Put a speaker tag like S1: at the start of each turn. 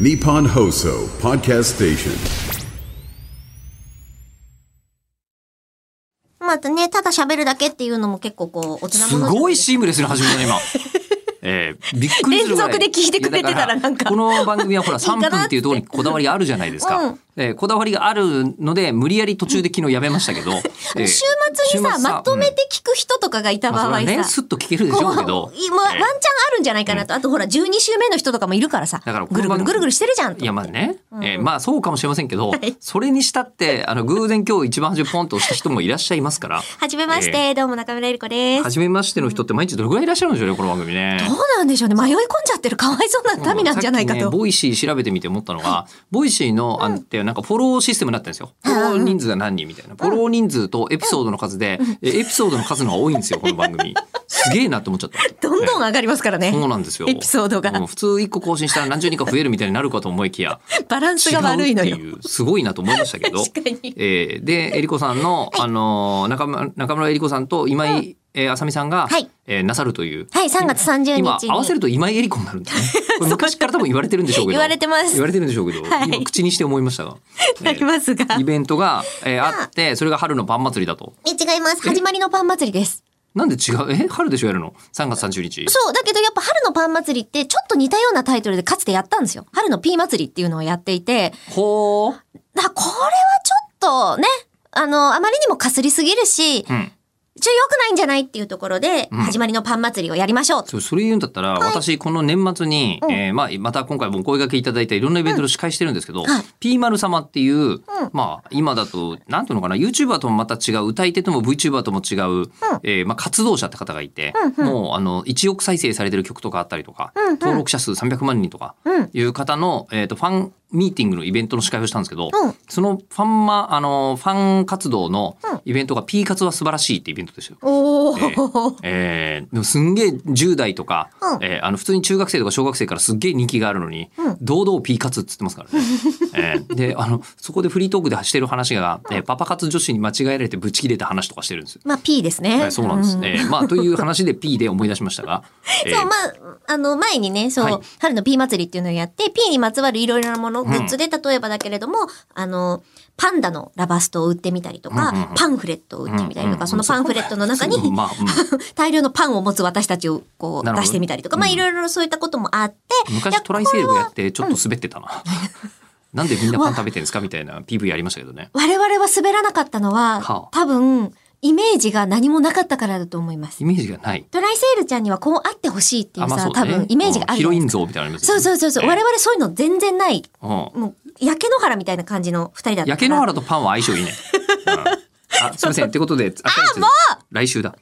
S1: Nippon Hoso Podcast Station.
S2: またね、ただ喋るだけっていうのも結構こう、おつな
S3: す
S2: もの
S3: ごいシームレスに始め たね、今。ええびっくりするぐらい
S2: 連続で聞いてくれてたらなんか
S3: いやだこの番組はほら
S2: いいかなって
S3: 3分っていうところにこだわりあるじゃないですか、
S2: うん
S3: ええこだわりがあるので無理やり途中で昨日やめましたけど、ええ
S2: 週末にさ、
S3: 週
S2: まとめ
S3: うん
S2: て聞く人とかがいた場
S3: まあ、
S2: 合
S3: それはね
S2: さ、
S3: すっと聞けるで
S2: こ
S3: し
S2: う、
S3: ょう
S2: ま
S3: け
S2: あワ
S3: ど
S2: ンチャンあるんじゃないかなと。あとほら、12週目の人とかもいるからさ、
S3: だからこ
S2: ぐ
S3: の
S2: るぐ
S3: 番
S2: る
S3: 組
S2: ぐるぐるしてるじゃんと
S3: いやまあね、ええまあそうかもしれませんけど、
S2: い
S3: それにしたってあの偶然今日一番端をポンと押した人もいらっしゃいますか ら
S2: はじめまして、
S3: え
S2: どうも中村ゆり子です。
S3: 初めましての人って毎日どれぐらいいらっしゃるんでしょうねこの番組ね。
S2: どうなんでしょうね。迷い込んじゃってるかわいそうな民なんじゃないか
S3: さっきね、
S2: と。
S3: ボイシー調べてみて思ったのが、ボイシーの案ってなんかフォローシステムになってるんですよ。フォロー人数が何人みたいな。フォロー人数とエピソードの数で、えエピソードの数の方が多いんですよ、この番 組。すげえなって思っちゃった。
S2: どんどん
S3: ね
S2: 上がりますからね。
S3: そうなんですよ。
S2: エピソードが
S3: うん普通1個更新したら何十人か増えるみたいになるかと思いきや、
S2: バランスが悪いのよ
S3: 違。うっていうすごいなと思いましたけど。
S2: 確かに。
S3: えーで、えりこさんの、あのー中村、中村えりこさんと今井、えーあさみさんが、
S2: はい
S3: えーなさるという、
S2: はい、3月30日に。
S3: 今合わせると今井絵理子になるんだね。 これ昔から多分言われてるんでしょうけど。
S2: 言われてます
S3: 言われてるんでしょうけど、
S2: はい
S3: 今口にして思い ましたが。
S2: なりますが。
S3: えーイベントが、えーあって、それが春のパン祭りだと。
S2: え違います。始まりのパン祭りです。
S3: なんで違うえ春でしょやるの ?3 月30日。
S2: そう、だけどやっぱ春のパン祭りってちょっと似たようなタイトルでかつてやったんですよ。春のピー祭りっていうのをやっていて、
S3: ほー。
S2: だこれはちょっとね、あの、あまりにもかすりすぎるし、
S3: うん。
S2: ちょ、良くないんじゃないっていうところで、
S3: ん
S2: 始まりのパン祭りをやりましょう。
S3: そうそれ言うんだったら、私この年末に、えーまあ、また今回もお声掛けいただいたいろんなイベントの司会してるんですけど、
S2: はい
S3: ピーマル様っていう、まあ今だとなんていうのかな YouTuber ともまた違う歌い手とも VTuber とも違う、えーまあ、活動者って方がいて、もうあの1億再生されてる曲とかあったりとか、登録者数300万人とか
S2: うん
S3: いう方の、えー、とファンミーティングのイベントの司会をしたんですけど、
S2: うん
S3: そのファンマあのファン活動のイベントが「ピー活は素晴らしい」ってイベントですよ。
S2: お
S3: え
S2: ー。
S3: えーでもすんげえ10代とか、
S2: うん
S3: えーあの普通に中学生とか小学生からすっげえ人気があるのに、堂々ピーカツっつってますから ね。えーであのそこでフリートークでしてる話が、えーパパ活女子に間違えられてブチ切れた話とかしてるんですよ。
S2: まあ、P ですね。
S3: えーそうなんです、
S2: ね。
S3: えーまあ、という話で P で思い出しました が、えー
S2: そう、まあ、あの、前にね、そう、
S3: はい
S2: 春のピー祭りっていうのをやって、ピーにまつわるいろいろなもの、
S3: ん
S2: グッズで、例えばだけれども、あの、パンダのラバストを売ってみたりとか、
S3: うんうんうん
S2: パンフレットを売ってみたりとか、
S3: うんうん
S2: そのパンフレットの中に、
S3: そうまあう
S2: 大量のパンを持つ私たちをこう
S3: なるほ
S2: 出
S3: ど
S2: してみたりとか、まあいろいろそういったこともあって、
S3: ん
S2: いや
S3: 昔トライセールがやってちょっと滑ってたな。なんでみんなパン食べてんですかみたいな PV ありましたけどね。
S2: 我々は滑らなかったのは、
S3: はあ
S2: 多分、イメージが何もなかったからだと思います
S3: イ。メージがない。
S2: トライセールちゃんにはこうあってほしいっていうさ、
S3: そう
S2: 多分イメージがある
S3: ヒ
S2: じゃ
S3: ロ
S2: ない
S3: イ
S2: で
S3: ン
S2: すか。
S3: 像みたいなのあります
S2: そうそうそうそう、
S3: えー
S2: 我々そういうの全然ない。
S3: うん
S2: もう、焼け野原みたいな感じの二人だったから。
S3: 焼け野原とパンは相性いいね。うんあ、すみません。ってことで、あ、もう来週だ。